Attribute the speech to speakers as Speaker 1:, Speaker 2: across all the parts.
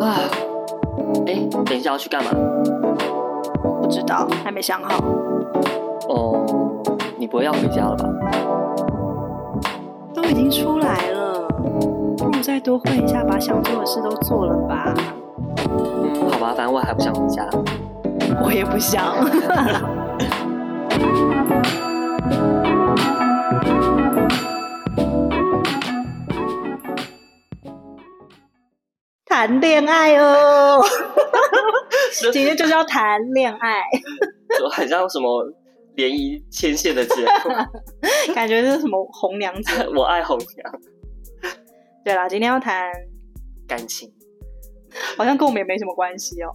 Speaker 1: 哇，哎，等一下要去干嘛？
Speaker 2: 不知道，还没想好。
Speaker 1: 哦，你不会要回家了吧？
Speaker 2: 都已经出来了，不如再多混一下，把想做的事都做了吧。
Speaker 1: 嗯，好吧，反正我还不想回家。
Speaker 2: 我也不想。谈恋爱 哦，今天就是要谈恋爱，
Speaker 1: 就很像什么联谊牵线的节目，
Speaker 2: 感觉是什么红娘子。
Speaker 1: 我爱红娘，
Speaker 2: 对啦，今天要谈，
Speaker 1: 感情。
Speaker 2: 好像跟我们也没什么关系哦。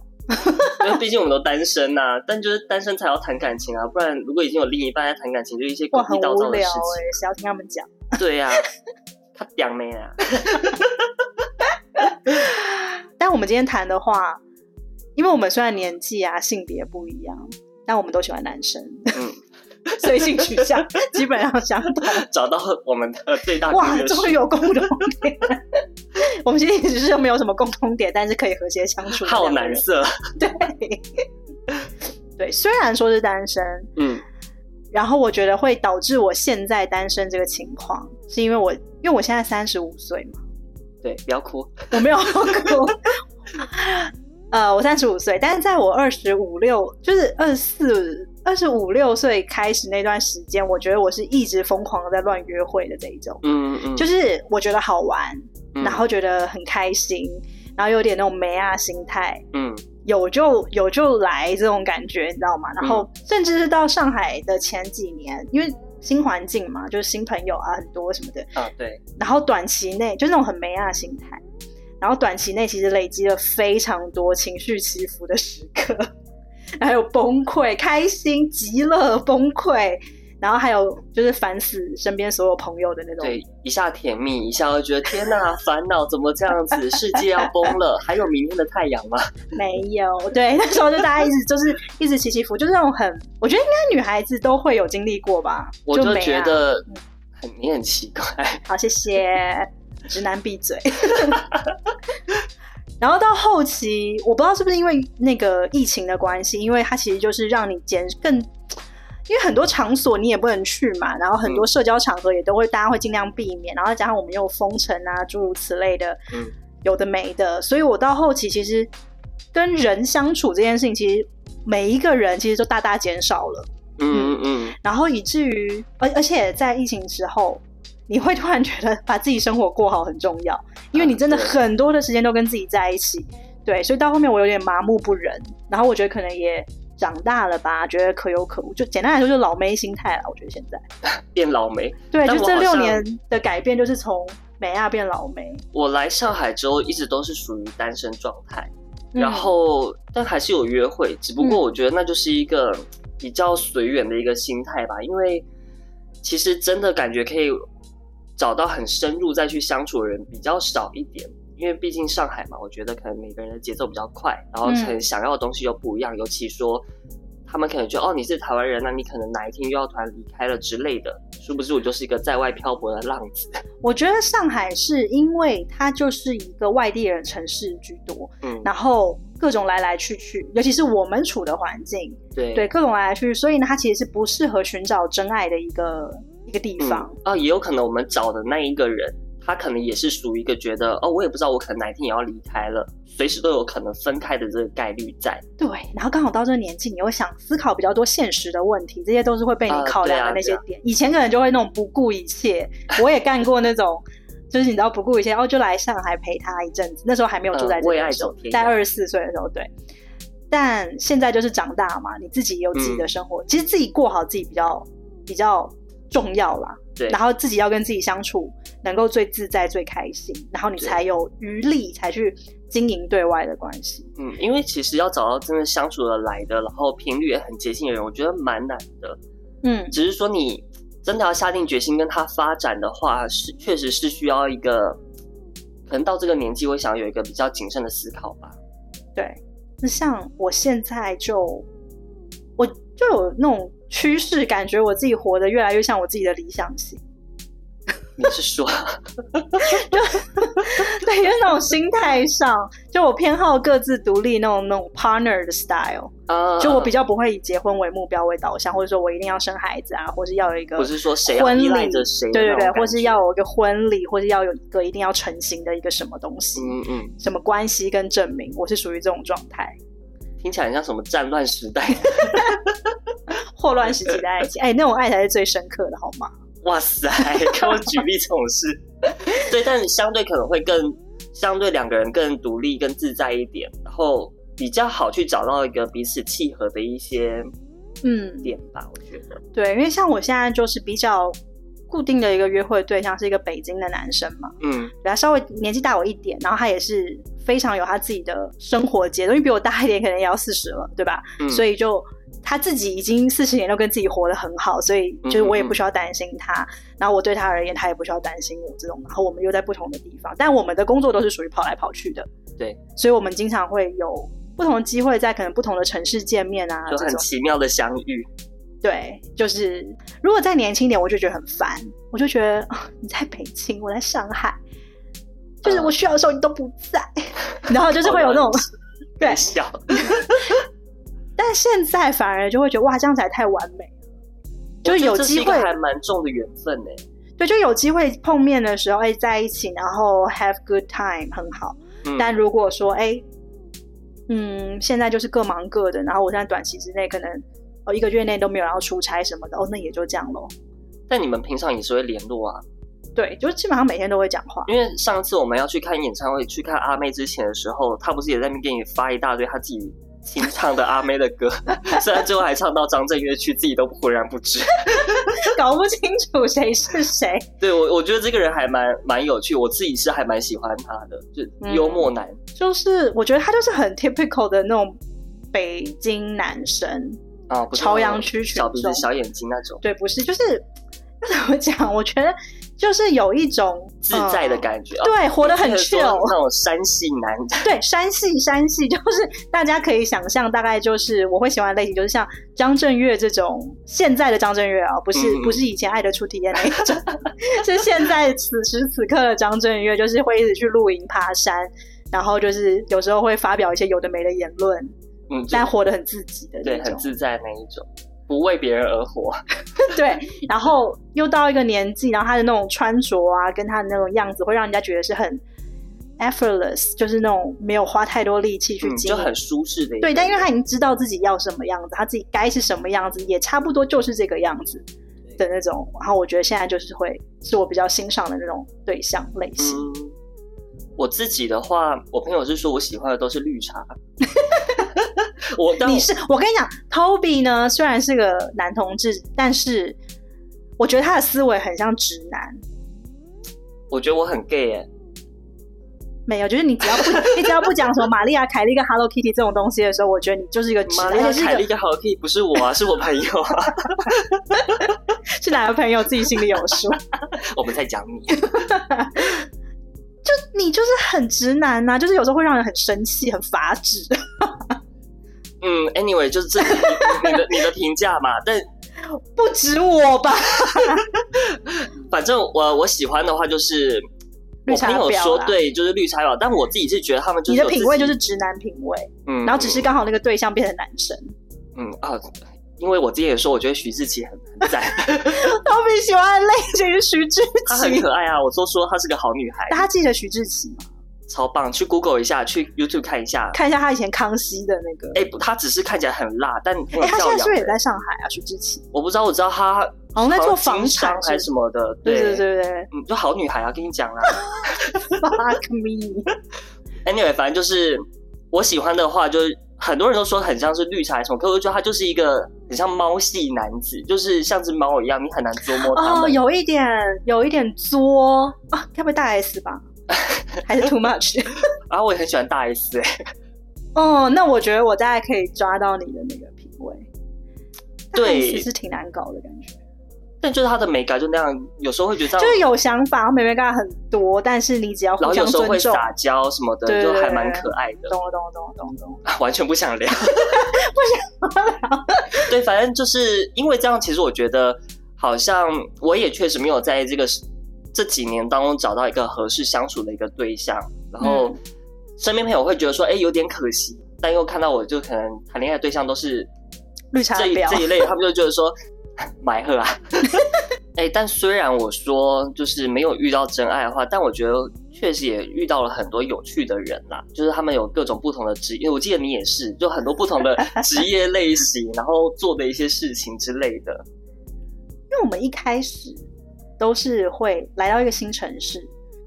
Speaker 1: 因为毕竟我们都单身呐、但就是单身才要谈感情啊，不然如果已经有另一半在谈感情，就一些狗
Speaker 2: 哇，很
Speaker 1: 屁倒灶
Speaker 2: 无
Speaker 1: 的
Speaker 2: 聊欸
Speaker 1: 事
Speaker 2: 哎、
Speaker 1: 情。
Speaker 2: 谁要听他们讲？
Speaker 1: 对呀、啊，他屌没啊？
Speaker 2: 但我们今天谈的话，因为我们虽然年纪啊、性别不一样，但我们都喜欢男生，
Speaker 1: 嗯，
Speaker 2: 所以性取 向基本上相同。
Speaker 1: 找到我们的呃最大公
Speaker 2: 哇，
Speaker 1: 约数
Speaker 2: 终于。有共同点了。 我们其实只是没有什么共同点，但是可以和谐相处。
Speaker 1: 好男，色，
Speaker 2: 对对，虽然说是单身，
Speaker 1: 嗯，
Speaker 2: 然后我觉得会导致我现在单身这个情况，是因为我因为我现在三十五岁嘛，
Speaker 1: 对，不要哭，
Speaker 2: 我没 有哭。呃，我三十五岁，但是在我二十五六，就是二十四、二十五六岁开始那段时间，我觉得我是一直疯狂的在乱约会的这一种，
Speaker 1: 嗯嗯，
Speaker 2: 就是我觉得好玩，
Speaker 1: 嗯
Speaker 2: 然后觉得很开心，然后有点那种没啊心态，
Speaker 1: 嗯
Speaker 2: 有就有就来这种感觉，你知道吗？然
Speaker 1: 嗯
Speaker 2: 后甚至是到上海的前几年，因为新环境嘛，就是新朋友啊很多什么的，
Speaker 1: 啊，对，
Speaker 2: 然后短期内就是那种很没啊心态，然后短期内其实累积了非常多情绪起伏的时刻，还有崩溃、开心、极乐、崩溃，然后还有就是烦死身边所有朋友的那种
Speaker 1: 对，一下甜蜜，一下又觉得天呐，烦恼怎么这样子，世界要崩了，还有明天的太阳吗？
Speaker 2: 没有，对，那时候就大家一直就是一直起起伏，就是那种很，我觉得应该女孩子都会有经历过吧。
Speaker 1: 我
Speaker 2: 就
Speaker 1: 就
Speaker 2: 没啊
Speaker 1: 觉得很你很奇 怪，
Speaker 2: 好，谢谢，直男闭嘴。 然后到后期，我不知道是不是因为那个疫情的关系，因为它其实就是让你减更，因为很多场所你也不能去嘛，然后很多社交场合也都会大家会尽量避免，然后加上我们又有封城啊，诸如此类的，
Speaker 1: 嗯
Speaker 2: 有的没的，所以我到后期其实跟人相处这件事情，其实每一个人其实都大大减少了。
Speaker 1: 嗯嗯嗯，
Speaker 2: 然后以至于，而而且在疫情之后，你会突然觉得把自己生活过好很重要，因为你真
Speaker 1: 嗯
Speaker 2: 的
Speaker 1: 对
Speaker 2: 很多的时间都跟自己在一起，对，所以到后面我有点麻木不仁，然后我觉得可能也长大了吧，觉得可有可无，就简单来说就是老妹心态了，我觉得现在，
Speaker 1: 变老梅。
Speaker 2: 对，
Speaker 1: 但
Speaker 2: 就
Speaker 1: 我
Speaker 2: 这
Speaker 1: 好
Speaker 2: 六
Speaker 1: 像
Speaker 2: 年的改变就是从美亚变老妹，
Speaker 1: 我来上海之后一直都是属于单身状态，
Speaker 2: 嗯
Speaker 1: 然后但还是有约会，只不过
Speaker 2: 嗯
Speaker 1: 我觉得那就是一个比较随缘的一个心态吧，因为其实真的感觉可以找到很深入再去相处的人比较少一点。因为毕竟上海嘛，我觉得可能每个人的节奏比较快，然后
Speaker 2: 嗯
Speaker 1: 可能想要的东西又不一样，尤其说他们可能觉得哦你是台湾人，那你可能哪一天又要突然离开了之类的，殊不知我就是一个在外漂泊的浪 子。
Speaker 2: 我觉得上海是因为它就是一个外地人城市居多，
Speaker 1: 嗯，
Speaker 2: 然后各种来来去去，尤其是我们处的环境。
Speaker 1: 对
Speaker 2: 对各种来来去去，所以呢，它其实是不适合寻找真爱的一个一个地方。
Speaker 1: 啊，也有可能我们找的那一个人，他可能也是属于一个觉得哦，我也不知道我可能哪一天也要离开了，随时都有可能分开的这个概率在。
Speaker 2: 对，然后刚好到这个年纪，你会想思考比较多现实的问题，这些都是会被你
Speaker 1: 啊
Speaker 2: 考
Speaker 1: 对
Speaker 2: 量
Speaker 1: 啊
Speaker 2: 的那些
Speaker 1: 对啊
Speaker 2: 点。以前可能就会那种不顾一切，我也干过那种。就是你知道不顾一切，哦，就来上海陪他一阵子。那时候还没有住
Speaker 1: 嗯
Speaker 2: 在这
Speaker 1: 为
Speaker 2: 边
Speaker 1: 爱
Speaker 2: 的时候
Speaker 1: 走，天涯
Speaker 2: 在二十四岁的时候，对。但现在就是长大嘛，你自己也有自己
Speaker 1: 嗯
Speaker 2: 的生活，其实自己过好自己比较比较重要啦。
Speaker 1: 对，
Speaker 2: 然后自己要跟自己相处，能够最自在、最开心，然后你
Speaker 1: 对
Speaker 2: 才有余力才去经营对外的关系。
Speaker 1: 嗯，因为其实要找到真的相处的来的，然后频率也很接近的人，我觉得蛮难的。
Speaker 2: 嗯，
Speaker 1: 只是说你真的要下定决心跟他发展的话，是确实是需要一个，可能到这个年纪会想有一个比较谨慎的思考吧。
Speaker 2: 对。那像我现在就，我就有那种趋势，感觉我自己活得越来越像我自己的理想型。
Speaker 1: 你是说
Speaker 2: 对，就是那种心态上，就我偏好各自独立那种那种 partner 的 style，
Speaker 1: 啊？
Speaker 2: 就我比较不会以结婚为目标为导向，或者说我一定要生孩子啊，或是要有一个
Speaker 1: 不是说谁要
Speaker 2: 婚
Speaker 1: 依
Speaker 2: 礼
Speaker 1: 赖着谁的
Speaker 2: 对
Speaker 1: 那种
Speaker 2: 对
Speaker 1: 感觉，
Speaker 2: 对，或是要有一个婚礼，或是要有一个一定要成型的一个什么东西，
Speaker 1: 嗯嗯，
Speaker 2: 什么关系跟证明，我是属于这种状态，
Speaker 1: 听起来很像什么战乱时代。
Speaker 2: 霍乱时期的爱 情，哎，那种爱才是最深刻的，好吗？
Speaker 1: 哇塞， 给我举例这种事，对，但相对可能会更相对两个人更独立、更自在一点，然后比较好去找到一个彼此契合的一些
Speaker 2: 嗯，
Speaker 1: 点吧，我觉得。
Speaker 2: 对，因为像我现在就是比较固定的一个约会对象是一个北京的男生嘛，
Speaker 1: 嗯，
Speaker 2: 他稍微年纪大我一点，然后他也是非常有他自己的生活节奏，因为比我大一点，可能也要四十了，对吧？
Speaker 1: 嗯
Speaker 2: 所以就他自己已经四十年都跟自己活得很好，所以
Speaker 1: 嗯
Speaker 2: 就是我也不需要担心他，然后我对他而言，他也不需要担心我这种，然后我们又在不同的地方，但我们的工作都是属于跑来跑去的，
Speaker 1: 对，
Speaker 2: 所以我们经常会有不同的机会在可能不同的城市见面啊，
Speaker 1: 就
Speaker 2: 这
Speaker 1: 很
Speaker 2: 种
Speaker 1: 奇妙的相遇。
Speaker 2: 对，就是如果再年轻一点，我就觉得很烦，我就觉得、啊你在北京，我在上海，就是我需要的时候你都不在，然后就是会有那种
Speaker 1: 好的，
Speaker 2: 对，
Speaker 1: 笑，
Speaker 2: 但现在反而就会觉得哇，这样才太完美了，就
Speaker 1: 我觉得
Speaker 2: 有
Speaker 1: 这是
Speaker 2: 机
Speaker 1: 一个
Speaker 2: 会，
Speaker 1: 还蛮重的缘分欸呢。
Speaker 2: 对，就有机会碰面的时候，哎，在一起，然后 have good time 很好。
Speaker 1: 嗯
Speaker 2: 但如果说，哎，嗯，现在就是各忙各的，然后我现在短期之内可能哦一个月内都没有要出差什么的，哦，那也就这样咯。
Speaker 1: 但你们平常也是会联络啊，
Speaker 2: 对，就是基本上每天都会讲话。
Speaker 1: 因为上次我们要去看演唱会，去看阿妹之前的时候，她不是也在那边给你发一大堆她自己清唱的阿妹的歌， 虽然最后还唱到张震岳去，自己都浑然不知。
Speaker 2: 搞不清楚谁是谁。
Speaker 1: 对我，我觉得这个人还蛮蛮有趣，我自己是还蛮喜欢他的，就
Speaker 2: 嗯
Speaker 1: 幽默男。
Speaker 2: 就是我觉得他就是很 typical 的那种北京男生，
Speaker 1: 啊，不是
Speaker 2: 朝阳区群
Speaker 1: 小鼻子、
Speaker 2: 众嗯
Speaker 1: 小眼睛那种
Speaker 2: 对，不是，就是要怎么讲？我觉得就是有一种
Speaker 1: 自在的感觉，
Speaker 2: 觉
Speaker 1: 啊
Speaker 2: 对，活得很
Speaker 1: 就是说
Speaker 2: chill。
Speaker 1: 那种山系男。
Speaker 2: 对，山系山系 就是大家可以想象，大概就是我会喜欢的类型，就是像张震岳这种现在的张震岳啊，不是、
Speaker 1: 嗯嗯
Speaker 2: 不是以前爱的初体验那一种， 是现在此时此刻的张震岳，就是会一直去露营、爬山，然后就是有时候会发表一些有的没的言论，
Speaker 1: 嗯，就
Speaker 2: 但活得很自己的那
Speaker 1: 对，很
Speaker 2: 种。
Speaker 1: 自在那一种，不为别人而活。
Speaker 2: 对，然后又到一个年纪，然后他的那种穿着啊，跟他的那种样子，会让人家觉得是很 effortless，就是那种没有花太多力气去
Speaker 1: 嗯，
Speaker 2: 经
Speaker 1: 就
Speaker 2: 营。
Speaker 1: 很舒适的一个
Speaker 2: 对，
Speaker 1: 人。
Speaker 2: 但因为他已经知道自己要什么样子，他自己该是什么样子，也差不多就是这个样子的那种。然后我觉得现在就是会是我比较欣赏的那种对象类型。
Speaker 1: 嗯，我自己的话，我朋友是说我喜欢的都是绿 茶。我但我
Speaker 2: 你是我跟你讲，Toby 呢虽然是个男同志，但是我觉得他的思维很像直男。
Speaker 1: 我觉得我很 gay 哎、
Speaker 2: 没有，就是你只要不你只要不讲什么玛丽亚凯莉跟 Hello Kitty 这种东西的时候，我觉得你就是一个直
Speaker 1: 玛
Speaker 2: 男，
Speaker 1: 丽
Speaker 2: 而
Speaker 1: 亚
Speaker 2: 且是
Speaker 1: 凯
Speaker 2: 一
Speaker 1: 莉
Speaker 2: 个
Speaker 1: 跟 h o k 不是我啊，是我朋友 啊，
Speaker 2: 是哪个朋友自己心里有数。
Speaker 1: 我们在讲你。
Speaker 2: 你就是很直男呐、就是有时候会让人很生气、很发指。
Speaker 1: 嗯，anyway，就是这是你你的你的评价嘛，但
Speaker 2: 不止我吧？
Speaker 1: 反正我我喜欢的话就是。
Speaker 2: 绿
Speaker 1: 我
Speaker 2: 茶
Speaker 1: 朋友
Speaker 2: 婊
Speaker 1: 说
Speaker 2: 啦
Speaker 1: 对，就是绿茶婊，但我自己是觉得他们就是
Speaker 2: 你的
Speaker 1: 有自
Speaker 2: 品味
Speaker 1: 己
Speaker 2: 就是，直男品味，
Speaker 1: 嗯
Speaker 2: 然后只是
Speaker 1: 嗯
Speaker 2: 刚好那个对象变成男生。
Speaker 1: 嗯啊，因为我之前也说，我觉得徐志奇很很 赞，
Speaker 2: 我比喜欢的类型是徐志
Speaker 1: 她很
Speaker 2: 奇，
Speaker 1: 可爱啊，我都说她是个好女孩，
Speaker 2: 大家记得徐志奇吗？
Speaker 1: 超棒，去 Google 一下，去 YouTube 看一下。
Speaker 2: 看一下他以前康熙的那个，
Speaker 1: 哎、不她只是看起来很辣，但很有
Speaker 2: 哎、他
Speaker 1: 教养。
Speaker 2: 现在是不是也在上海啊？徐志奇
Speaker 1: 我不知道，我知道她
Speaker 2: 好像在做房
Speaker 1: 经商
Speaker 2: 产
Speaker 1: 还是
Speaker 2: 是
Speaker 1: 什么的，
Speaker 2: 对
Speaker 1: 对
Speaker 2: 对对对
Speaker 1: 嗯，就好女孩啊，跟你讲啊。
Speaker 2: ，fuck me，
Speaker 1: anyway，反正就是我喜欢的话，就是很多人都说很像是绿茶什么，可我就觉得他就是一个很像猫系男子，就是像只猫一样，你很难捉摸他
Speaker 2: 哦，
Speaker 1: 们。
Speaker 2: 有一点有一点作啊，该不会大 S 吧？还是 too much？
Speaker 1: 然后我也很喜欢大 S 哎、
Speaker 2: 哦，那我觉得我大概可以抓到你的那个品味，
Speaker 1: 对
Speaker 2: 其实挺难搞的感觉。
Speaker 1: 但就是他的美感就那样，有时候会觉得这样
Speaker 2: 就是有想法，然后妹妹干很多，但是你只要
Speaker 1: 嗯然
Speaker 2: 互
Speaker 1: 后
Speaker 2: 相
Speaker 1: 有时候
Speaker 2: 尊
Speaker 1: 会
Speaker 2: 重，
Speaker 1: 撒娇什么的，
Speaker 2: 对对
Speaker 1: 就
Speaker 2: 对
Speaker 1: 还蛮可爱的。
Speaker 2: 懂了懂了懂了懂了懂了。
Speaker 1: 完全不想聊，不想聊。 对，反正就是因为这样，其实我觉得好像我也确实没有在这个这几年当中找到一个合适相处的一个对象，然后身边朋友会觉得说，哎，有点可惜，但又看到我就可能谈恋爱对象都是
Speaker 2: 绿茶
Speaker 1: 这一
Speaker 2: 婊，
Speaker 1: 这一类，他们就觉得说埋鹤啊。 哎、但虽然我说就是没有遇到真爱的话，但我觉得确实也遇到了很多有趣的人啦，就是他们有各种不同的职业，我记得你也是，就很多不同的职业类型，然后做的一些事情之类的。
Speaker 2: 因为我们一开始都是会来到一个新城市，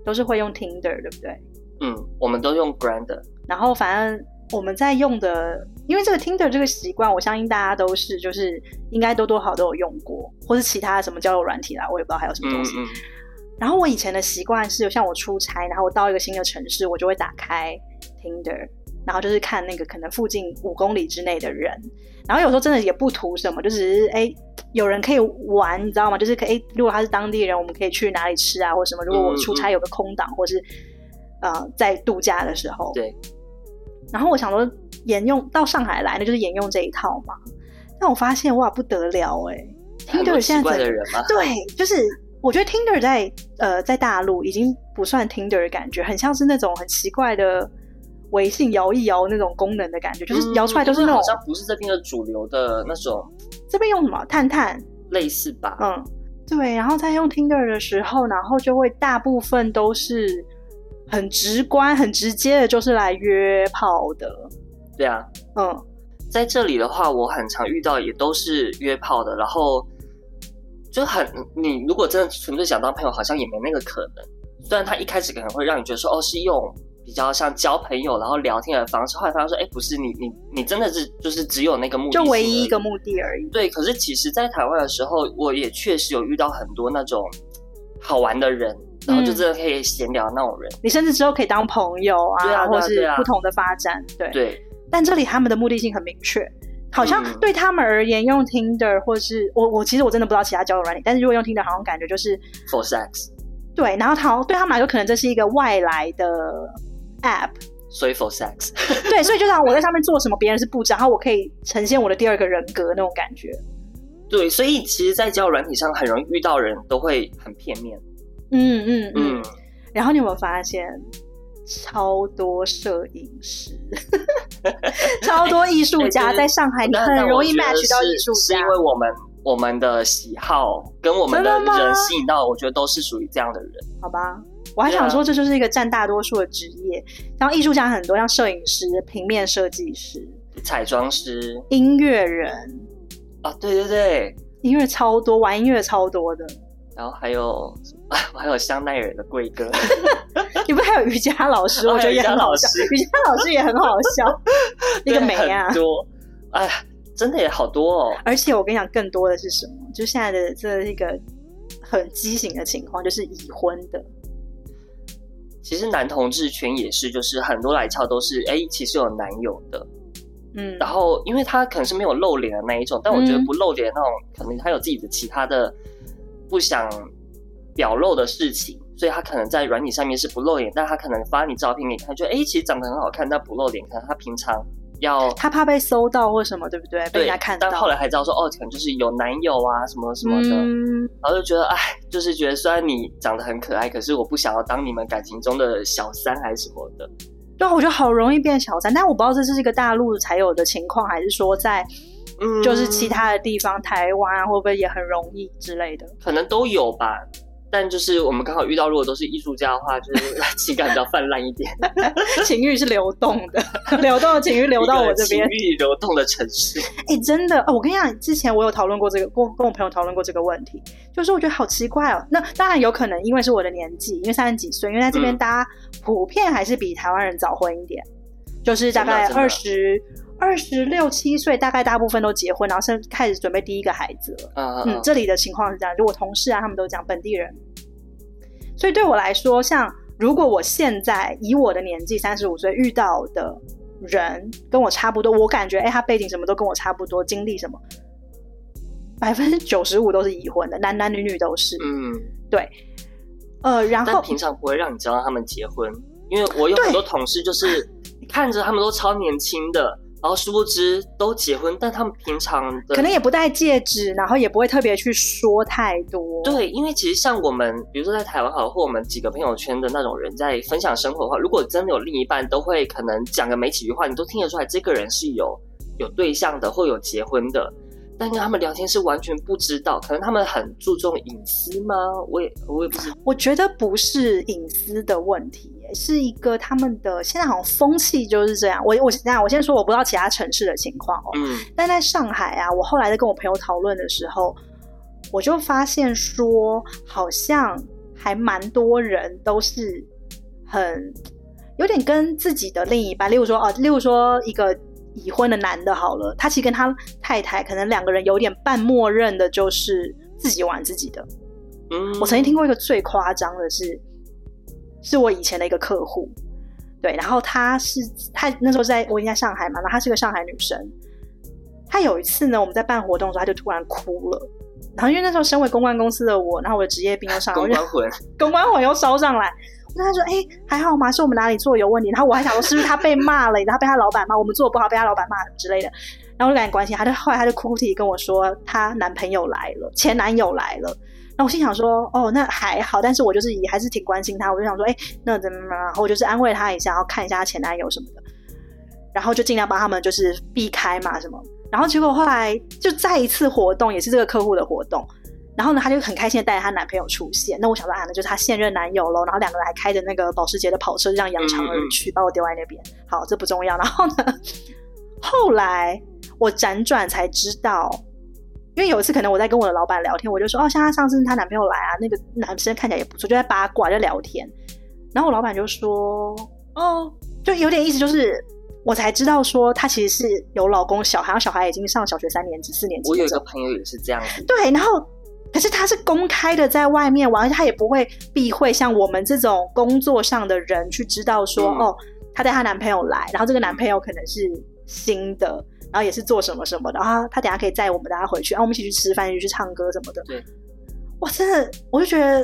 Speaker 2: 都是会用 Tinder，对不对？
Speaker 1: 嗯，我们都用 Grand，
Speaker 2: 然后反正我们在用的，因为这个 Tinder 这个习惯，我相信大家都是，就是应该多多少都有用过，或是其他什么交友软体啦，我也不知道还有什
Speaker 1: 嗯
Speaker 2: 么东西。
Speaker 1: 嗯，
Speaker 2: 然后我以前的习惯是，像我出差，然后我到一个新的城市，我就会打开 Tinder，然后就是看那个可能附近五公里之内的人。然后有时候真的也不图什么，就只是哎，有人可以玩，你知道吗？就是可以，哎如果他是当地人，我们可以去哪里吃啊，或什么。如果我
Speaker 1: 嗯
Speaker 2: 出差有个空档，或是呃在度假的时候，
Speaker 1: 对。
Speaker 2: 然后我想说，沿用到上海来，那就是沿用这一套嘛。但我发现哇，不得了哎、
Speaker 1: 很
Speaker 2: Tinder
Speaker 1: 多
Speaker 2: 现
Speaker 1: 奇
Speaker 2: 在
Speaker 1: 怪
Speaker 2: 整
Speaker 1: 的
Speaker 2: 个
Speaker 1: 人嘛，
Speaker 2: 对，就是我觉得 Tinder 在呃在大陆已经不算 Tinder 的感觉，很像是那种很奇怪的微信摇一摇那种功能的感觉，就是摇出来都是
Speaker 1: 嗯
Speaker 2: 那种、
Speaker 1: 好像不是这边的主流的那种
Speaker 2: 这边用什么探探，
Speaker 1: 类似吧？
Speaker 2: 嗯，对，然后在用 Tinder 的时候，然后就会大部分都是很直观、很直接的，就是来约炮的，
Speaker 1: 对啊，
Speaker 2: 嗯，
Speaker 1: 在这里的话，我很常遇到也都是约炮的，然后就很你如果真的纯粹想当朋友，好像也没那个可能。虽然他一开始可能会让你觉得说，哦，是用比较像交朋友然后聊天的方式，后来发现说，哎，不是你你你真的是就是只有那个目的
Speaker 2: 就
Speaker 1: 性
Speaker 2: 唯一一个
Speaker 1: 而已
Speaker 2: 目的而已。
Speaker 1: 对。可是其实，在台湾的时候，我也确实有遇到很多那种好玩的人，然
Speaker 2: 嗯
Speaker 1: 后就真的可以闲聊那种人。
Speaker 2: 你甚至之后可以当朋友啊，
Speaker 1: 对啊对
Speaker 2: 或
Speaker 1: 啊对
Speaker 2: 是
Speaker 1: 啊
Speaker 2: 不同的发展，对。
Speaker 1: 对，
Speaker 2: 但这里他们的目的性很明确，好像
Speaker 1: 嗯
Speaker 2: 对他们而言，用 Tinder 或是我我其实我真的不知道其他交友软体，但是如果用 Tinder，好像感觉就是
Speaker 1: for sex，
Speaker 2: 对，然后他好像对他们来说，可能这是一个外来的 app，
Speaker 1: 所以 for sex。
Speaker 2: 对，所以就像我在上面做什么，别人是不知道，然后我可以呈现我的第二个人格那种感觉。
Speaker 1: 对，所以其实，在交友软体上，很容易遇到人都会很片面。
Speaker 2: 嗯嗯嗯。
Speaker 1: 嗯，
Speaker 2: 然后你有没有发现，超 多摄影师，超多艺术
Speaker 1: 哎
Speaker 2: 家
Speaker 1: 对
Speaker 2: 在上海，你很容易 match 到艺术
Speaker 1: 是
Speaker 2: 家
Speaker 1: 因。为我们我们的喜好跟我们的
Speaker 2: 真的吗
Speaker 1: 人吸引到，我觉得都是属于这样的人。
Speaker 2: 好吧，我
Speaker 1: 啊
Speaker 2: 还想说，这就是一个占大多数的职业，像艺术家很多，像摄影师、平面设计师、
Speaker 1: 彩妆师
Speaker 2: 音乐人，
Speaker 1: 啊，对对对，
Speaker 2: 音乐超多，玩音乐超多的。
Speaker 1: 然后还有 还有香奈儿的贵哥，
Speaker 2: 你不是还有瑜伽 老师？
Speaker 1: 哦
Speaker 2: 我觉得也很好笑，瑜伽老师也很好笑，一个美啊
Speaker 1: 很！多，哎呀，真的也好多哦。
Speaker 2: 而且我跟你讲，更多的是什么？就现在的这一个很畸形的情况，就是已婚的，
Speaker 1: 其实男同志圈也是，就是很多来俏都是哎，其实有男友的，
Speaker 2: 嗯，
Speaker 1: 然后因为他可能是没有露脸的那一种，但我觉得不露脸的那种，可能他有自己的其他的不想表露的事情，所以他可能在软体上面是不露脸，但他可能发你照片给你看，觉得哎，诶其实长得很好看，但不露脸，可能他平常要。
Speaker 2: 他怕被搜到或什么，对不对？被人
Speaker 1: 对
Speaker 2: 家看，到
Speaker 1: 但。后来才知道说，哦，可能就是有男友啊，什么什么的，
Speaker 2: 嗯，
Speaker 1: 然后就觉得，哎，就是觉得虽然你长得很可爱，可是我不想要当你们感情中的小三还是什么的。
Speaker 2: 对啊，我觉得好容易变小三，但我不知道这是一个大陆才有的情况，还是说在
Speaker 1: 嗯，
Speaker 2: 就是其他的地方，台湾啊会不会也很容易之 类的？
Speaker 1: 可能都有吧。但就是我们刚好遇到，如果都是艺术家的话，就是 情感比较泛滥一点，
Speaker 2: 情欲是流动的，流动的情欲流到我这边
Speaker 1: 一个。情欲流动的城 市。
Speaker 2: 哎、真的、哦，我跟你讲，之前我有讨论过这个，跟我跟我朋友讨论过这个问题，就是我觉得好奇怪哦。那当然有可能因为是我的年纪，因为三十几岁，因为在这边
Speaker 1: 嗯
Speaker 2: 大家普遍还是比台湾人早婚一点，就是大概
Speaker 1: 真的真的
Speaker 2: 二十二十六七岁，大概大部分都结婚，然后甚至开始准备第一个孩子了。
Speaker 1: 嗯
Speaker 2: 嗯，这里的情况是这样，就我同事啊，他们都讲本地人，所以对我来说，像如果我现在以我的年纪三十五岁遇到的人跟我差不多，我感觉哎，他背景什么都跟我差不多，经历什么，百分之九十五都是已婚的，男男女女都是。
Speaker 1: 嗯，
Speaker 2: 呃，然
Speaker 1: 但
Speaker 2: 后
Speaker 1: 平常不会让你知
Speaker 2: 啊
Speaker 1: 道他们结婚，因为我有很多同事就是看着他们都超年轻的，然后殊不知都结婚，但他们平常的
Speaker 2: 可能也不戴戒指，然后也不会特别去说太多。，
Speaker 1: 对，因为其实像我们，比如说在台湾好了，或我们几个朋友圈的那种人在分享生活的话，如果真的有另一半，都会可能讲个没几句话，你都听得出来这个人是有有对象的或有结婚的。但跟他们聊天是完全不知道，可能他们很注重隐私吗？我也我也不知道。
Speaker 2: 我觉得不是隐私的问题，是一个他们的现在好像风气就是这样。我我那我先说，我不知道其他城市的情况哦，
Speaker 1: 嗯
Speaker 2: 但在上海啊，我后来在跟我朋友讨论的时候，我就发现说，好像还蛮多人都是很有点跟自己的另一半，例如说哦、例如说一个已婚的男的，好了，他其实跟他太太可能两个人有点半默认的就是自己玩自己的。
Speaker 1: 嗯，
Speaker 2: 我曾经听过一个最夸张的是，是我以前的一个客户，对，然后她是她那时候在我应该上海嘛，然后她是个上海女生，她有一次呢，我们在办活动的时候，她就突然哭了。然后因为那时候身为公关公司的我，然后我的职业病又上来，
Speaker 1: 公
Speaker 2: 我就
Speaker 1: 关魂，
Speaker 2: 公关火又烧上来。我跟他说：“哎、还好吗？是我们哪里做有问题？”然后我还想说，是不是他被骂了，然后被他老板骂，我们做不好被他老板骂之类的。然后我就赶紧关心他，他就后来他就哭啼跟我说，她男朋友来了，前男友来了。然后我心想说：“哦，那还好，但是我就是也还是挺关心他，我就想说，哎、那怎么怎么，然后我就是安慰他一下，然后看一下她前男友什么的，然后就尽量帮他们就是避开嘛什么。然后结果后来就再一次活动，也是这个客户的活动，然后呢，她就很开心的带着她男朋友出现。那我想说啊，那就是她现任男友喽。然后两个人还开着那个保时捷的跑车，就这样扬长而去，把我丢在那边。好，这不重要。然后呢，后来我辗转才知道，因为有一次可能我在跟我的老板聊天，我就说哦，像她上次她男朋友来啊，那个男生看起来也不错，就在八卦在聊天。然后我老板就说哦，就有点意思，就是。我才知道说她其实是有老公小孩，然后小孩已经上小学三年级、四年级
Speaker 1: 我
Speaker 2: 那
Speaker 1: 有
Speaker 2: 种。
Speaker 1: 一个朋友也是这样子，
Speaker 2: 对，然后可是他是公开的在外面玩，而且他也不会避讳像我们这种工作上的人去知道说，
Speaker 1: 嗯
Speaker 2: 哦，她带她男朋友来，然后这个男朋友可能是新的，然后也是做什么什么的，然后他等下可以载我们大家回去，然啊后我们一起去吃饭，一起去唱歌什么的。
Speaker 1: 对，
Speaker 2: 哇，真的，我就觉得，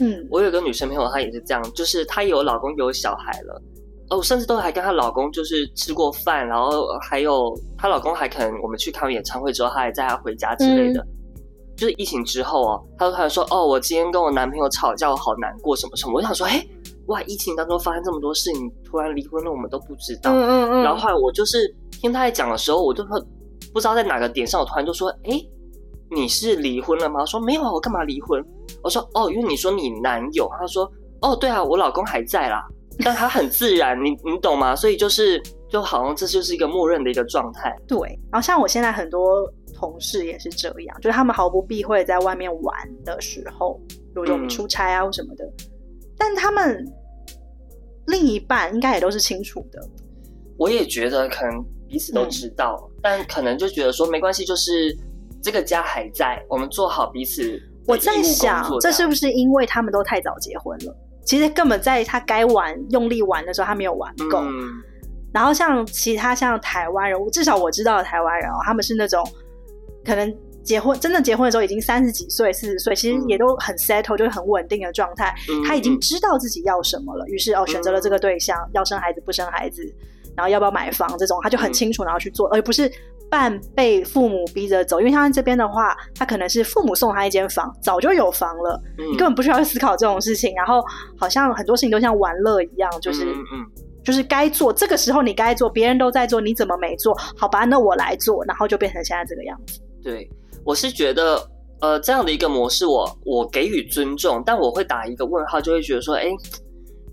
Speaker 2: 嗯，
Speaker 1: 我有一个女生朋友，她也是这样，就是她有老公有小孩了，哦，甚至都还跟她老公就是吃过饭，然后还有她老公还可能我们去看完演唱会之后，她还载她回家之类的。就是疫情之后哦，她就突然说：“哦，我今天跟我男朋友吵架，我好难过，什么什么。”我想说：“哎，哇，疫情当中发生这么多事，你突然离婚了，我们都不知道。
Speaker 2: 嗯嗯
Speaker 1: 然后后来我就是听她在讲的时候，我就说不知道在哪个点上，我突然就说：“哎，你是离婚了吗？”我说：“没有啊，我干嘛离婚？”我说：“哦，因为你说你男友。”她说：“哦，对啊，我老公还在啦。”但他很自然，你你懂吗？所以就是就好像这就是一个默认的一个状态。
Speaker 2: 对，然后像我现在很多同事也是这样，就是他们毫不避讳在外面玩的时候，比如说我们
Speaker 1: 嗯
Speaker 2: 出差啊或什么的，但他们另一半应该也都是清楚的，
Speaker 1: 我也觉得可能彼此都知道，
Speaker 2: 嗯
Speaker 1: 但可能就觉得说没关系，就是这个家还在，我们做好彼此的义务工作。
Speaker 2: 我在想，这是不是因为他们都太早结婚了？其实根本在他该玩、用力玩的时候，他没有玩够。
Speaker 1: 嗯，
Speaker 2: 然后像其他像台湾人，我至少我知道的台湾人哦，他们是那种可能结婚真的结婚的时候已经三十几岁、四十岁，其实
Speaker 1: 嗯
Speaker 2: 也都很 settle，就是很稳定的状态。
Speaker 1: 嗯
Speaker 2: 他已经知道自己要什么了，于是哦选择了这个对象，要生孩子不生孩子，然后要不要买房这种，他就很
Speaker 1: 嗯
Speaker 2: 清楚，然后去做，而不是半被父母逼着走。因为像这边的话，他可能是父母送他一间房，早就有房了，
Speaker 1: 嗯
Speaker 2: 你根本不需要去思考这种事情。然后好像很多事情都像玩乐一样，就是、
Speaker 1: 嗯嗯嗯
Speaker 2: 就是该做，这个时候你该做，别人都在做，你怎么没做？好吧，那我来做，然后就变成现在这个样子。
Speaker 1: 对，我是觉得，呃，这样的一个模式我，我给予尊重，但我会打一个问号，就会觉得说，哎，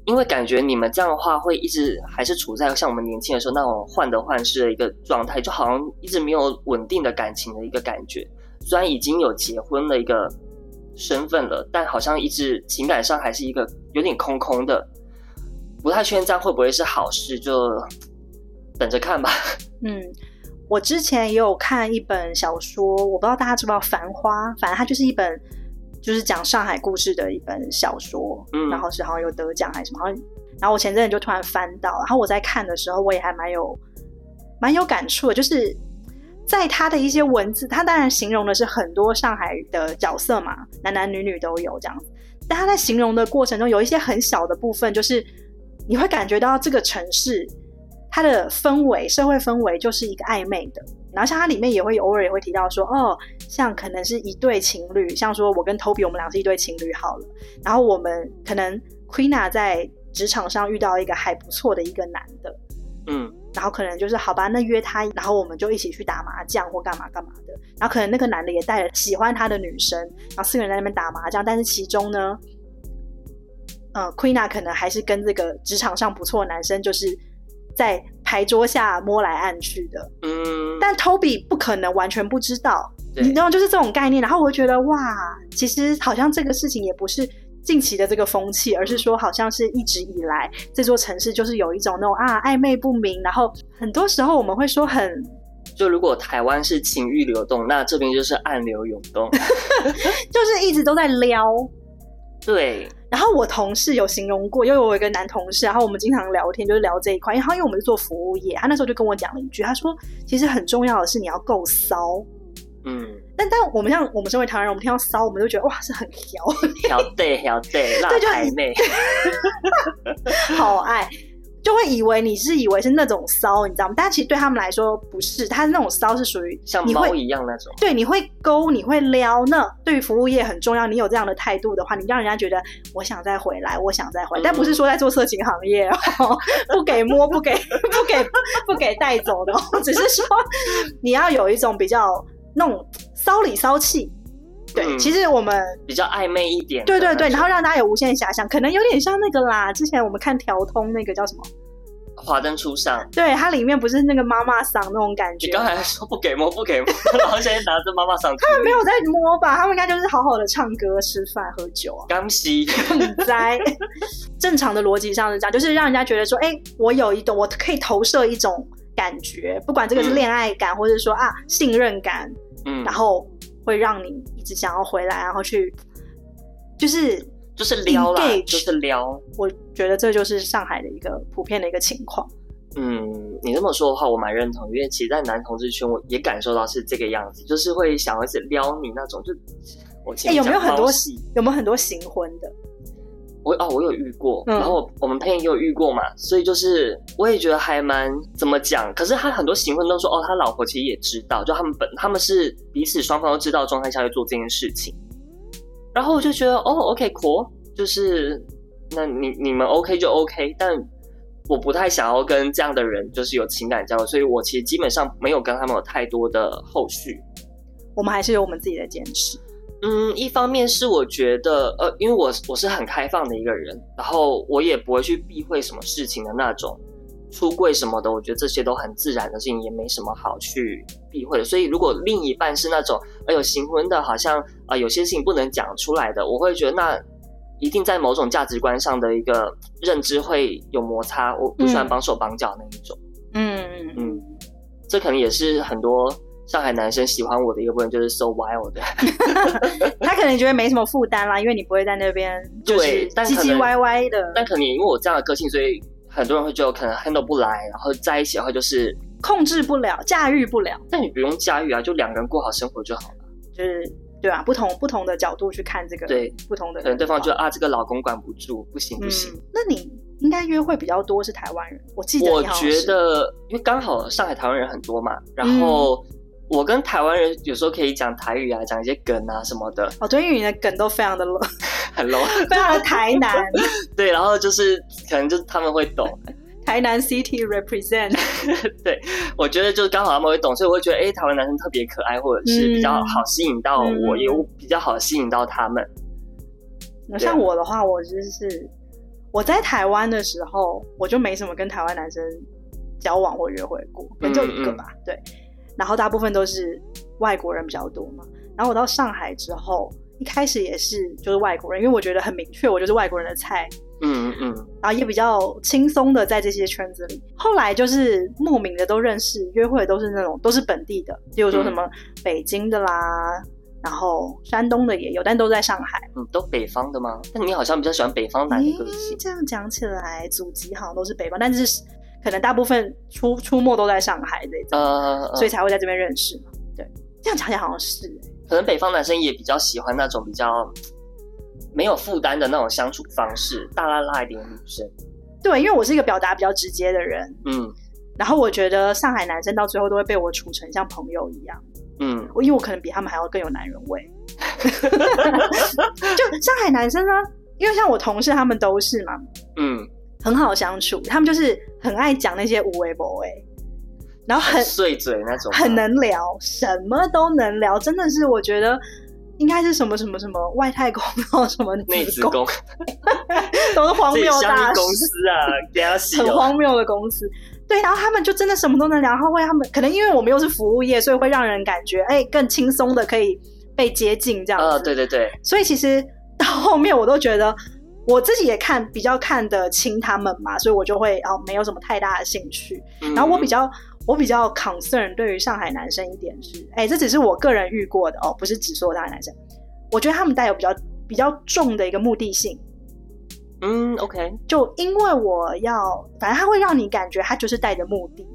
Speaker 1: 因为感觉你们这样的话，会一直还是处在像我们年轻的时候那种患得患失的一个状态，就好像一直没有稳定的感情的一个感觉。虽然已经有结婚的一个身份了，但好像一直情感上还是一个有点空空的，不太确定这样会不会是好事，就等着看吧。
Speaker 2: 嗯，我之前也有看一本小说，我不知道大家知不知道《繁花》，反正它就是一本就是讲上海故事的一本小说，
Speaker 1: 嗯
Speaker 2: 然后是好像有得奖还是什么，好像然后我前阵子就突然翻到，然后我在看的时候，我也还蛮有蛮有感触的，就是在他的一些文字，他当然形容的是很多上海的角色嘛，男男女女都有这样子，但他在形容的过程中有一些很小的部分，就是你会感觉到这个城市。它的氛围，社会氛围就是一个暧昧的。然后像它里面也会偶尔也会提到说，哦，像可能是一对情侣，像说我跟 Toby 我们俩是一对情侣好了。然后我们可能 Queena 在职场上遇到一个还不错的一个男的，
Speaker 1: 嗯，
Speaker 2: 然后可能就是好吧，那约他，然后我们就一起去打麻将或干嘛干嘛的。然后可能那个男的也带了喜欢他的女生，然后四个人在那边打麻将，但是其中呢，呃，Queena 可能还是跟这个职场上不错的男生，就是在牌桌下摸来暗去的。
Speaker 1: 嗯，
Speaker 2: 但 Toby 不可能完全不知道，
Speaker 1: 对
Speaker 2: 你知道就是这种概念。然后我就觉得哇，其实好像这个事情也不是近期的这个风气，而是说好像是一直以来这座城市就是有一种那种啊暧昧不明，然后很多时候我们会说很
Speaker 1: 就如果台湾是情欲流动，那这边就是暗流涌 动。
Speaker 2: 就是一直都在撩。
Speaker 1: 对，
Speaker 2: 然后我同事有形容过，因为我有一个男同事，然后我们经常聊天，就是聊这一块。然后因为我们是做服务业，他那时候就跟我讲了一句，他说其实很重要的是你要够骚。
Speaker 1: 嗯，
Speaker 2: 但但我们像我们身为台湾人，我们听到骚，我们就觉得哇是很撩。
Speaker 1: 小对小对，辣
Speaker 2: 对就
Speaker 1: 台妹，
Speaker 2: 好爱，就会以为你是以为是那种骚，你知道吗？但其实对他们来说不是，他那种骚是属于
Speaker 1: 像
Speaker 2: 你
Speaker 1: 猫
Speaker 2: 会
Speaker 1: 一样那种。
Speaker 2: 对你会勾，你会撩。那对于服务业很重要，你有这样的态度的话，你让人家觉得我想再回来，我想再
Speaker 1: 嗯
Speaker 2: 回来，但不是说在做色情行业哦，不给摸，不给不 给不给带走的、哦，只是说你要有一种比较那种骚里骚气。对，
Speaker 1: 嗯
Speaker 2: 其实我们
Speaker 1: 比较暧昧一点的
Speaker 2: 对
Speaker 1: 那
Speaker 2: 对
Speaker 1: 种。
Speaker 2: 对，然后让大家有无限遐想，可能有点像那个啦。之前我们看调通那个叫什么？
Speaker 1: 华灯初上，
Speaker 2: 对，它里面不是那个妈妈桑那种感觉
Speaker 1: 你，刚才说不给摸不给摸， 然后现在拿着妈妈嗓子，
Speaker 2: 没有在摸吧？他们应该就是好好的唱歌、吃饭、喝酒 啊，
Speaker 1: 刚吸，
Speaker 2: 在嗯正常的逻辑上是这样，就是让人家觉得说，哎、我有一种，我可以投射一种感觉，不管这个是
Speaker 1: 嗯
Speaker 2: 恋爱感，或者说啊信任感，
Speaker 1: 嗯，
Speaker 2: 然后会让你一直想要回来，然后去，就是
Speaker 1: 就是撩啦，
Speaker 2: engage
Speaker 1: 就是撩。
Speaker 2: 我觉得这就是上海的一个普遍的一个情况。
Speaker 1: 嗯，你这么说的话，我蛮认同，因为其实，在男同志圈，我也感受到是这个样子，就是会想要一直撩你那种，就我
Speaker 2: 哎、
Speaker 1: 哎
Speaker 2: 有没有很多有没有很多行婚的？
Speaker 1: 我哦，我有遇过，
Speaker 2: 嗯
Speaker 1: 然后我我们 p a 也有遇过嘛，所以就是我也觉得还蛮怎么讲，可是他很多行婚都说哦，他老婆其实也知道，就他们本他们是彼此双方都知道的状态下去做这件事情，然后我就觉得哦，OK，cool，就是那你你们 OK 就 OK，但我不太想要跟这样的人就是有情感交流，所以我其实基本上没有跟他们有太多的后续，
Speaker 2: 我们还是有我们自己的坚持。
Speaker 1: 嗯，一方面是我觉得，呃，因为我我是很开放的一个人，然后我也不会去避讳什么事情的那种，出柜什么的，我觉得这些都很自然的事情，也没什么好去避讳的。所以如果另一半是那种，哎呦行婚的，好像啊、呃有些事情不能讲出来的，我会觉得那一定在某种价值观上的一个认知会有摩擦，我不喜欢
Speaker 2: 嗯
Speaker 1: 绑手绑脚那一种。
Speaker 2: 嗯
Speaker 1: 嗯，这可能也是很多上海男生喜欢我的一个部分，就是 so wild 的。
Speaker 2: 他可能觉得没什么负担啦，因为你不会在那边就是
Speaker 1: 对但
Speaker 2: 唧
Speaker 1: 可
Speaker 2: 唧
Speaker 1: 能
Speaker 2: 歪歪的
Speaker 1: 但可能也因为我这样的个性，所以很多人会觉得我可能 handle 不来，然后在一起的话就是，
Speaker 2: 控制不了、驾驭不了，
Speaker 1: 但你不用驾驭啊，就两个人过好生活就好了。
Speaker 2: 就是对啊，不同不同的角度去看这个，
Speaker 1: 对，
Speaker 2: 不同的
Speaker 1: 可能对方觉得啊，这个老公管不住，不行不
Speaker 2: 嗯
Speaker 1: 行。，
Speaker 2: 那你应该约会比较多是台湾人，我嗯记得
Speaker 1: 我
Speaker 2: 你好像嗯
Speaker 1: 觉
Speaker 2: 是
Speaker 1: 得，因为刚好上海台湾人很多嘛，然后我跟台湾人有时候可以讲台语啊，讲一些梗啊什么的，
Speaker 2: 哦，对，因为你的梗都非常的
Speaker 1: 很 low。
Speaker 2: 非常的台南，
Speaker 1: 对，然后就是可能就是他们会懂，
Speaker 2: 台南 City represent，
Speaker 1: 我觉得就是刚好他们会懂，所以我会觉得，哎、台湾男生特别可爱，或者是比较
Speaker 2: 嗯
Speaker 1: 好吸引到我，
Speaker 2: 嗯
Speaker 1: 也比较好吸引到他们。
Speaker 2: 像我的话，我就是我在台湾的时候，我就没什么跟台湾男生交往或约会过，可能就一个吧，对。然后大部分都是外国人比较多嘛。然后我到上海之后，一开始也是就是外国人，因为我觉得很明确，我就是外国人的菜，
Speaker 1: 嗯嗯。
Speaker 2: 然后也比较轻松的在这些圈子里。后来就是莫名的都认识，约会都是那种都是本地的，比如说什么北京的啦，然后山东的也有，但都在上海。
Speaker 1: 你嗯都北方的吗？但你好像比较喜欢北方男的个
Speaker 2: 诶
Speaker 1: 性。
Speaker 2: 这样讲起来，祖籍好像都是北方，但是可能大部分出出没都在上海这种，
Speaker 1: 呃，
Speaker 2: 所以
Speaker 1: 以
Speaker 2: 才会在这边认识嘛。对，这样讲起来好像是欸诶、
Speaker 1: 可能北方男生也比较喜欢那种比较没有负担的那种相处方式，大拉拉一点的女生。
Speaker 2: 对，因为我是一个表达比较直接的人，
Speaker 1: 嗯，
Speaker 2: 然后我觉得上海男生到最后都会被我处成像朋友一样，
Speaker 1: 嗯，
Speaker 2: 我因为我可能比他们还要更有男人味。 就上海男生呢，因为像我同事他们都是嘛，
Speaker 1: 嗯，
Speaker 2: 很好相处，他们就是很爱讲那些无为不为，然后很
Speaker 1: 碎嘴那种，
Speaker 2: 很，能聊，什么都能聊，真的是我觉得应该是什么什么什么外太空，然后什么
Speaker 1: 内子
Speaker 2: 宫，
Speaker 1: 宫，
Speaker 2: 都是荒
Speaker 1: 这
Speaker 2: 谬
Speaker 1: 也相
Speaker 2: 大
Speaker 1: 信
Speaker 2: 师，
Speaker 1: 公司啊，给 他洗
Speaker 2: 很
Speaker 1: 哦，
Speaker 2: 荒谬的公司。对，然后他们就真的什么都能聊，然后会他们可能因为我们又是服务业，所以会让人感觉哎、更轻松的可以被接近这样子。
Speaker 1: 呃，对对对，
Speaker 2: 所以其实到后面我都觉得我自己也看比较看得清他们嘛，所以我就会哦没有什么太大的兴趣。
Speaker 1: 嗯
Speaker 2: 然后我比较我比较 concern 对于上海男生一点是，哎，这只是我个人遇过的哦，不是只说上海男生。我觉得他们带有比较比较重的一个目的性，
Speaker 1: 嗯，OK，
Speaker 2: 就因为我要，反正他会让你感觉他就是带着目的。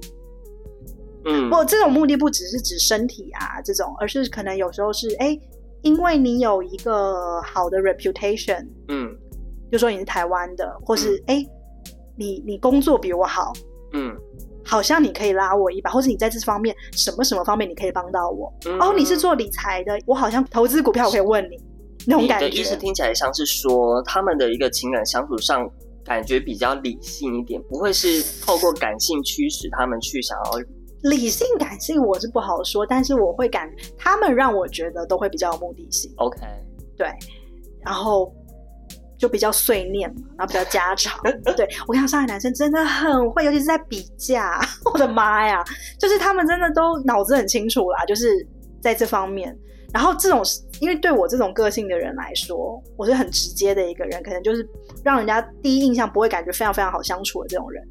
Speaker 1: 嗯，
Speaker 2: 不，这种目的不只是指身体啊这种，而是可能有时候是哎，因为你有一个好的 reputation，
Speaker 1: 嗯
Speaker 2: 比如说你是台湾的，或是哎、诶你你工作比我好，
Speaker 1: 嗯
Speaker 2: 好像你可以拉我一把，或者你在这方面什么什么方面你可以帮到我。
Speaker 1: 嗯，
Speaker 2: 哦，你是做理财的，我好像投资股票我可以问你那种
Speaker 1: 你
Speaker 2: 感
Speaker 1: 的意
Speaker 2: 觉
Speaker 1: 思。听起来像是说他们的一个情感相处上。感觉比较理性一点，不会是透过感性驱使他们去想要，
Speaker 2: 理性感性我是不好说，但是我会感他们让我觉得都会比较有目的性，
Speaker 1: OK，
Speaker 2: 然后。就比较碎念嘛，然后比较家常。对我跟你讲，上海男生真的很会，尤其是在比价， 我的妈呀！就是他们真的都脑子很清楚啦，就是在这方面。然后这种，因为对我这种个性的人来说，我是很直接的一个人，可能就是让人家第一印象不会感觉非常非常好相处的这种人。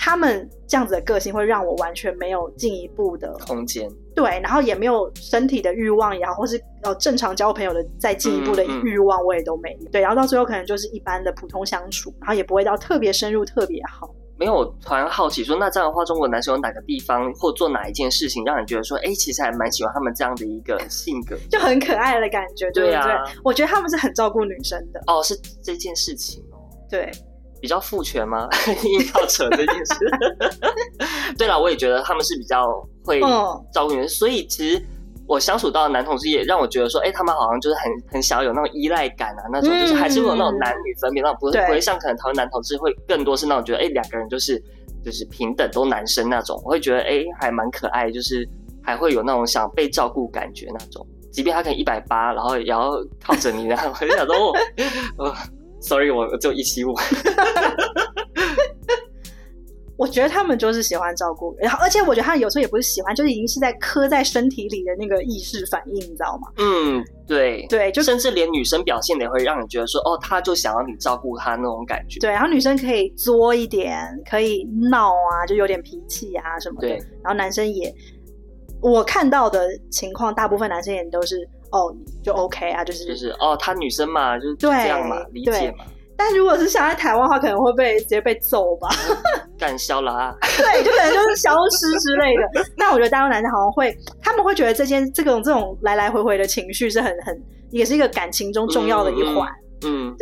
Speaker 2: 他们这样子的个性会让我完全没有进一步的
Speaker 1: 空间，
Speaker 2: 对，然后也没有身体的欲望也好，或是呃正常交朋友的再进一步的
Speaker 1: 嗯嗯嗯
Speaker 2: 欲望，我也都没有。对，然后到最后可能就是一般的普通相处，然后也不会到特别深入、特别好。
Speaker 1: 没有，我突然好奇说，那这样的话，中国男生有哪个地方或做哪一件事情，让你觉得说，哎，其实还蛮喜欢他们这样的一个性格？
Speaker 2: 就很可爱的感觉，对不
Speaker 1: 对
Speaker 2: 对？
Speaker 1: 啊
Speaker 2: 我觉得他们是很照顾女生的，
Speaker 1: 哦，是这件事情哦，
Speaker 2: 对，
Speaker 1: 比较父权吗？ 硬要扯这件事。 对了，我也觉得他们是比较会
Speaker 2: 嗯，
Speaker 1: 照顾人，所以其实我相处到的男同事也让我觉得说，哎，他们好像就是很很想要有那种依赖感啊，那种、
Speaker 2: 嗯
Speaker 1: 就是还是会有那种男女分别，那种不会
Speaker 2: 对
Speaker 1: 不会像可能台湾男同志会更多是那种觉得，哎，两个人就是就是平等都男生那种，我会觉得哎还蛮可爱，就是还会有那种想被照顾感觉那种，即便他可能一百八，然后也要靠着你，然后我就想说，我、哦、，sorry，我只有一七五，
Speaker 2: 我觉得他们就是喜欢照顾人，然后而且我觉得他们有时候也不是喜欢，就是已经是在刻在身体里的那个意识反应，你知道吗？
Speaker 1: 嗯，对。
Speaker 2: 对，就
Speaker 1: 甚至连女生表现的也会让你觉得说，哦，他就想要你照顾他那种感觉。
Speaker 2: 对，然后女生可以作一点，可以闹啊，就有点脾气啊什么的。
Speaker 1: 对
Speaker 2: 然后男生也，我看到的情况，大部分男生也都是哦，就 OK 啊，就是。
Speaker 1: 就是哦，她女生嘛，就是这
Speaker 2: 对
Speaker 1: 样嘛，理解
Speaker 2: 对
Speaker 1: 嘛，
Speaker 2: 但如果是想在台湾的话，可能会被直接被揍吧。
Speaker 1: 干消了啊，
Speaker 2: 对，就可能就是消失之类的。但我觉得大陆男生好像会，他们会觉得这件这种这种来来回回的情绪是很很，也是一个感情中重要的一环。
Speaker 1: 嗯，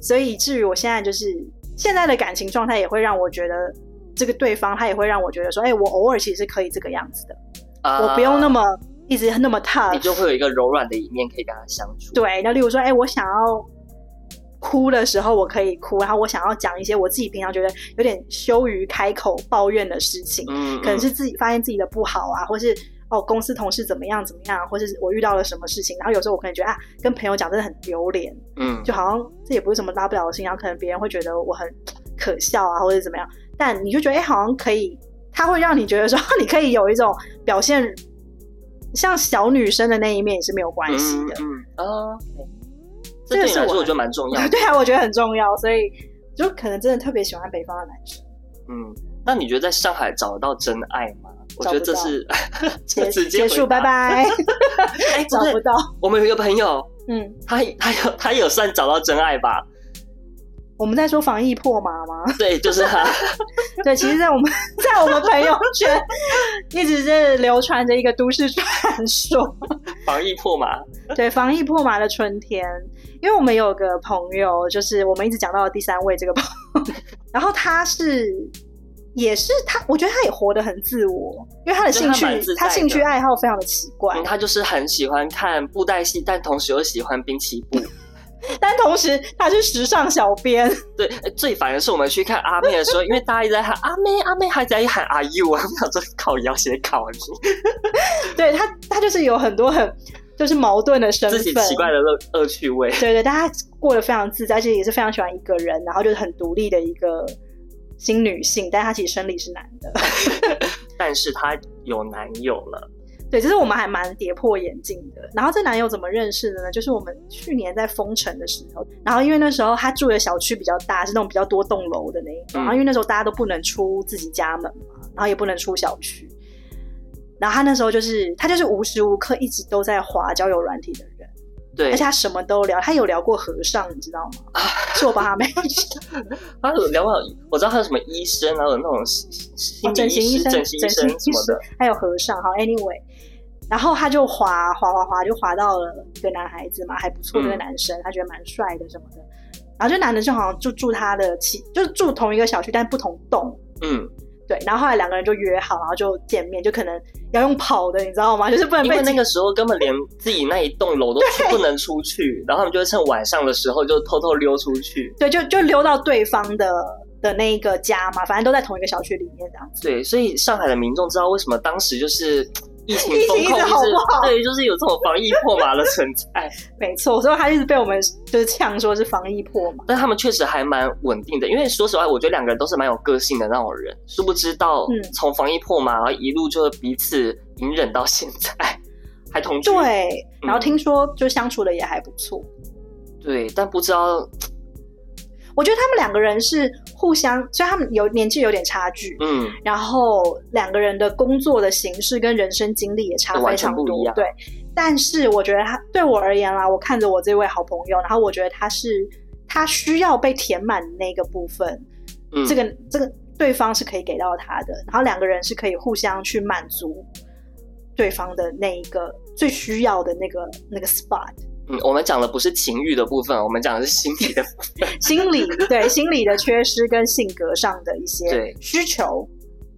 Speaker 2: 所以以至于我现在就是现在的感情状态，也会让我觉得这个对方他也会让我觉得说，哎、我偶尔其实是可以这个样子的，
Speaker 1: 啊
Speaker 2: 我不用那，么一直那么
Speaker 1: 你
Speaker 2: tough。
Speaker 1: 就会有一个柔软的一面可以跟她相处。，
Speaker 2: 对，那例如说，哎、我想要。哭的时候我可以哭，然后我想要讲一些我自己平常觉得有点羞于开口抱怨的事情，
Speaker 1: 嗯，
Speaker 2: 可能
Speaker 1: 嗯
Speaker 2: 是自己发现自己的不好啊，或是哦公司同事怎么样怎么样，或是我遇到了什么事情，然后有时候我可能觉得啊跟朋友讲真的很丢脸，
Speaker 1: 嗯，
Speaker 2: 就好像这也不是什么大不了的事情，然后可能别人会觉得我很可笑啊，或者怎么样，但你就觉得哎、好像可以，它会让你觉得说 你可以有一种表现像小女生的那一面也是没有关系的，
Speaker 1: 嗯嗯啊，这
Speaker 2: 这
Speaker 1: 对
Speaker 2: 个
Speaker 1: 你
Speaker 2: 是
Speaker 1: 来
Speaker 2: 我
Speaker 1: 说我觉得蛮重要的。
Speaker 2: 对啊，我觉得很重要，所以就可能真的特别喜欢北方的男生。
Speaker 1: 嗯，那你觉得在上海找得到真爱吗？我觉得这 是
Speaker 2: 结
Speaker 1: 这直接
Speaker 2: 结束，
Speaker 1: 回答
Speaker 2: 拜。拜，
Speaker 1: 哎，
Speaker 2: 找
Speaker 1: 不
Speaker 2: 不
Speaker 1: 是，
Speaker 2: 到，
Speaker 1: 我们有一个朋友，
Speaker 2: 嗯，
Speaker 1: 他他有他有算找到真爱吧？
Speaker 2: 我们在说防疫破麻 吗？
Speaker 1: 对，就是他。
Speaker 2: 对，其实，在我们 在我们朋友圈，一直是流传着一个都市传 说，
Speaker 1: 防疫破嘛，
Speaker 2: 对防疫破麻的春天。因为我们有个 朋友，就是我们一直讲到的第三位这个朋友，然后他是也是他，我觉得他也活得很自我，因为他的兴趣
Speaker 1: 我觉得他蛮自，在
Speaker 2: 他
Speaker 1: 的
Speaker 2: 兴趣爱好非常的奇怪
Speaker 1: 嗯，，他就是很喜欢看布袋戏，但同时又喜欢滨崎步。
Speaker 2: 但同时他是时尚小编，
Speaker 1: 对，呃最烦的是我们去看阿妹的时候，因为大家一直在喊阿妹，阿妹，还在喊阿 U 啊，我想说靠摇写考你
Speaker 2: 对他，他就是有很多很就是矛盾的身份，
Speaker 1: 自己奇怪的恶恶趣味。
Speaker 2: 对对，但她过得非常自在，而且也是非常喜欢一个人，然后就是很独立的一个新女性，但她其实生理是男的。
Speaker 1: 但是她有男友了，
Speaker 2: 对，这是我们还蛮跌破眼镜的。然后这男友怎么认识的呢？就是我们去年在封城的时候，然后因为那时候他住的小区比较大，是那种比较多栋楼的那一
Speaker 1: 嗯
Speaker 2: 种，然后因为那时候大家都不能出自己家门嘛，然后也不能出小区。然后他那时候就是他就是无时无刻一直都在滑交友软体的人，
Speaker 1: 对，
Speaker 2: 而且他什么都聊，他有聊过和尚，你知道吗？是我帮他妹
Speaker 1: 他有聊到我知道他有什么医生，然后有那种心
Speaker 2: 哦
Speaker 1: 心
Speaker 2: 整
Speaker 1: 理
Speaker 2: 形医
Speaker 1: 师、
Speaker 2: 生、
Speaker 1: 整形医生什么的，
Speaker 2: 还有和尚，好，anyway，然后他就滑滑滑滑，就滑到了一个男孩子嘛，还不错的一个
Speaker 1: 嗯
Speaker 2: 男生，他觉得蛮帅的什么的。然后这男的就好像就住他的其，就是住同一个小区，但不同栋。
Speaker 1: 嗯，
Speaker 2: 对，然后后来两个人就约好，然后就见面，就可能要用跑的，你知道吗？ 就是不能
Speaker 1: 因
Speaker 2: 被
Speaker 1: 为那个时候根本连自己那一栋楼都出不能出去，然后他们就会趁晚上的时候就偷偷溜出去。
Speaker 2: 对，就就溜到对方的的那一个家嘛，反正都在同一个小区里面这样子。
Speaker 1: 对，所以上海的民众知道为什么当时就是疫情
Speaker 2: 疫情
Speaker 1: 风
Speaker 2: 一直
Speaker 1: 控，
Speaker 2: 好不好
Speaker 1: 对，就是有这种防疫破麻的存在。
Speaker 2: 没错，所以他一直被我们就是呛说是防疫破嘛。
Speaker 1: 但他们确实还蛮稳定的，因为说实话，我觉得两个人都是蛮有个性的那种人。殊不知道
Speaker 2: 嗯
Speaker 1: 从防疫破嘛，然后一路就彼此隐忍到现在，还同居。
Speaker 2: 对，然后
Speaker 1: 嗯
Speaker 2: 听说就相处的也还不错。
Speaker 1: 对但不知道，
Speaker 2: 我觉得他们两个人是互相，虽然他们有年纪有点差距，
Speaker 1: 嗯，
Speaker 2: 然后两个人的工作的形式跟人生经历也差非
Speaker 1: 完
Speaker 2: 常
Speaker 1: 全不一
Speaker 2: 多，
Speaker 1: 样
Speaker 2: 对。但是我觉得他对我而言啦，我看着我这位好朋友，然后我觉得他是他需要被填满的那个部分，
Speaker 1: 嗯
Speaker 2: 这个这个对方是可以给到他的，然后两个人是可以互相去满足对方的那一个最需要的那个那个 spot。
Speaker 1: 嗯，我们讲的不是情欲的部分，我们讲的是心理的部分。
Speaker 2: 心 理对心理的缺失跟性格上的一些
Speaker 1: 对
Speaker 2: 需求，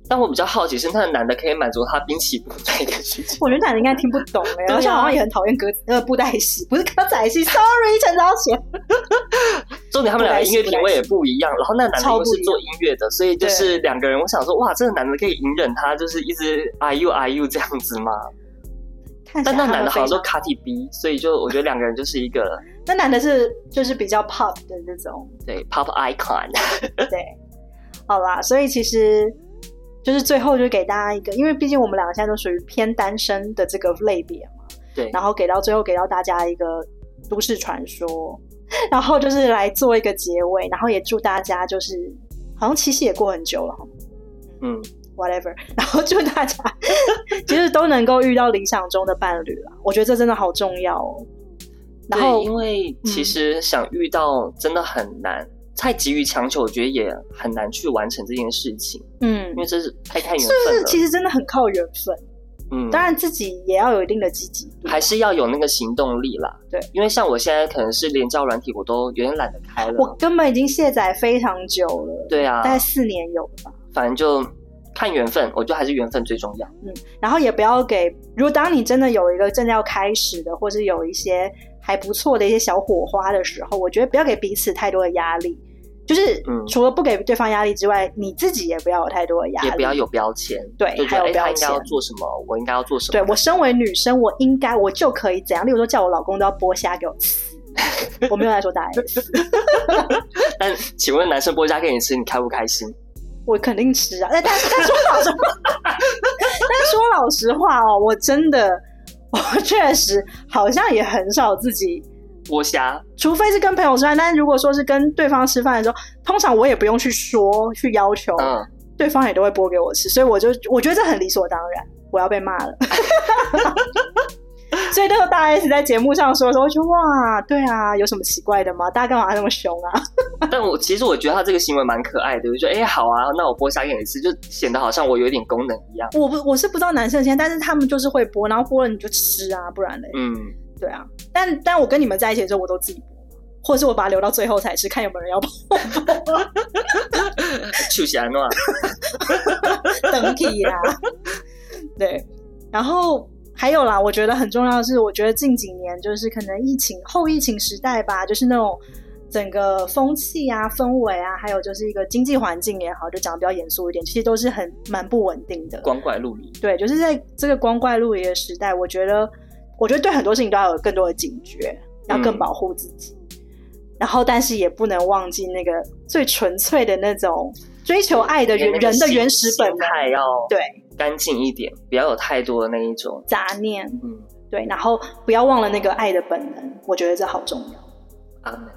Speaker 1: 但我比较好奇是，那个男的可以满足他滨崎步那个需求？
Speaker 2: 我觉得男人应该听不懂哎、
Speaker 1: 对啊
Speaker 2: 而且好像也很讨厌歌呃布袋戏，不是歌仔 戏，sorry 陈昭贤，
Speaker 1: 重点他们两个音乐品味也不一样，然后那男的又
Speaker 2: 超不一
Speaker 1: 是
Speaker 2: 样
Speaker 1: 做音乐的，所以就是两个人，我想说，哇，这个男的可以隐忍他，就是一 直啊 I U I U 这样子吗？
Speaker 2: 看起
Speaker 1: 但
Speaker 2: 来
Speaker 1: 那
Speaker 2: 他
Speaker 1: 男
Speaker 2: 们
Speaker 1: 的好
Speaker 2: 非
Speaker 1: 像都
Speaker 2: 常，
Speaker 1: 卡 T B，所以就我觉得两个人就是一 个
Speaker 2: 那男的是就是比较 pop 的那种，
Speaker 1: 对 pop icon。啊
Speaker 2: 好啦，所以其实就是最后就给大家一个，因为毕竟我们两个现在都属于偏单身的这个类别嘛，
Speaker 1: 对
Speaker 2: 然后给到最后给到大家一个都市传说， 然后就是来做一个结尾，然后也祝大家就是好像七夕也过很久了哈
Speaker 1: 嗯，
Speaker 2: whatever，然 后祝大家其实都能够遇到理想中的伴侣啦，我觉得这真的好重要哦。然后
Speaker 1: 对，因为其实想遇到真的很难，太急于强求，我觉得也很难去完成这件事情，
Speaker 2: 嗯
Speaker 1: 因，为这是太看缘
Speaker 2: 是不
Speaker 1: 分
Speaker 2: 是
Speaker 1: 了。
Speaker 2: 其实真的很靠缘分？
Speaker 1: 嗯，
Speaker 2: 当然自己也要有一定的积极度，
Speaker 1: 还是要有那个行动力啦。
Speaker 2: 对，
Speaker 1: 因为像我现在可能是连教软体我都有点懒得开
Speaker 2: 我
Speaker 1: 了。
Speaker 2: 根本已经卸载非常久了，、
Speaker 1: 对啊
Speaker 2: 大，概四年有了吧。
Speaker 1: 反正就看缘分，我觉得还是缘分最重要。
Speaker 2: 嗯然后也不要给，如果当你真的有一个正要开始的，或是有一些还不错的一些小火花的时候，我觉得不要给彼此太多的压力。就是
Speaker 1: 嗯
Speaker 2: 除了不给对方压力之外，你自己也不要有太多的压力，
Speaker 1: 也不要有标签，
Speaker 2: 对
Speaker 1: 就觉
Speaker 2: 还有
Speaker 1: 得哎，
Speaker 2: 标
Speaker 1: 他应该要
Speaker 2: 签
Speaker 1: 做什么，我应该要做什么。
Speaker 2: 对我身为女生，我应该我就可以怎样？例如说，叫我老公都要剥虾给我吃，我没有在说大 S，
Speaker 1: 但请问男生剥虾给你吃，你开不开心？
Speaker 2: 我肯定吃啊。但但但说老实话，但说老实话哦，我真的，我确实好像也很少自己，
Speaker 1: 剥虾，
Speaker 2: 除非是跟朋友吃饭，但是如果说是跟对方吃饭的时候，通常我也不用去说去要求，
Speaker 1: 嗯，
Speaker 2: 对方也都会剥给我吃，所以我就我觉得这很理所当然，我要被骂了。 所以那时候大 S 在节目上说的时候，我就哇，对啊，有什么奇怪的吗？大家干嘛那么凶啊？
Speaker 1: 但我其实我觉得他这个行为蛮可爱的，我就觉得哎、好啊，那我剥虾给你吃，就显得好像我有点功能一样。
Speaker 2: 我不我是不知道男生现在，但是他们就是会剥，然后剥了你就吃啊，不然嘞，
Speaker 1: 嗯，
Speaker 2: 对啊。但但我跟你们在一起的时候，我都自己剥，或者是我把它留到最后才吃，看有没有人要
Speaker 1: 去喜安诺，
Speaker 2: 登记啦。 对，然后还有啦，我觉得很重要的是，我觉得近几年就是可能疫情后疫情时代吧，就是那种整个风气啊、氛围啊，还有就是一个经济环境也好，就讲的比较严肃一点，其实都是很蛮不稳定的。
Speaker 1: 光怪陆离。
Speaker 2: 对，就是在这个光怪陆离的时代，我觉得，我觉得对很多事情都要有更多的警觉，要更
Speaker 1: 嗯
Speaker 2: 保护自己。然后，但是也不能忘记那个最纯粹的那种追求爱的原
Speaker 1: 那个
Speaker 2: 人的
Speaker 1: 心
Speaker 2: 原始本
Speaker 1: 心
Speaker 2: 能。
Speaker 1: 态要
Speaker 2: 对
Speaker 1: 干净一点，不要有太多的那一种。
Speaker 2: 杂念，
Speaker 1: 嗯，
Speaker 2: 对，然后不要忘了那个爱的本能，我觉得这好重要。
Speaker 1: 阿门。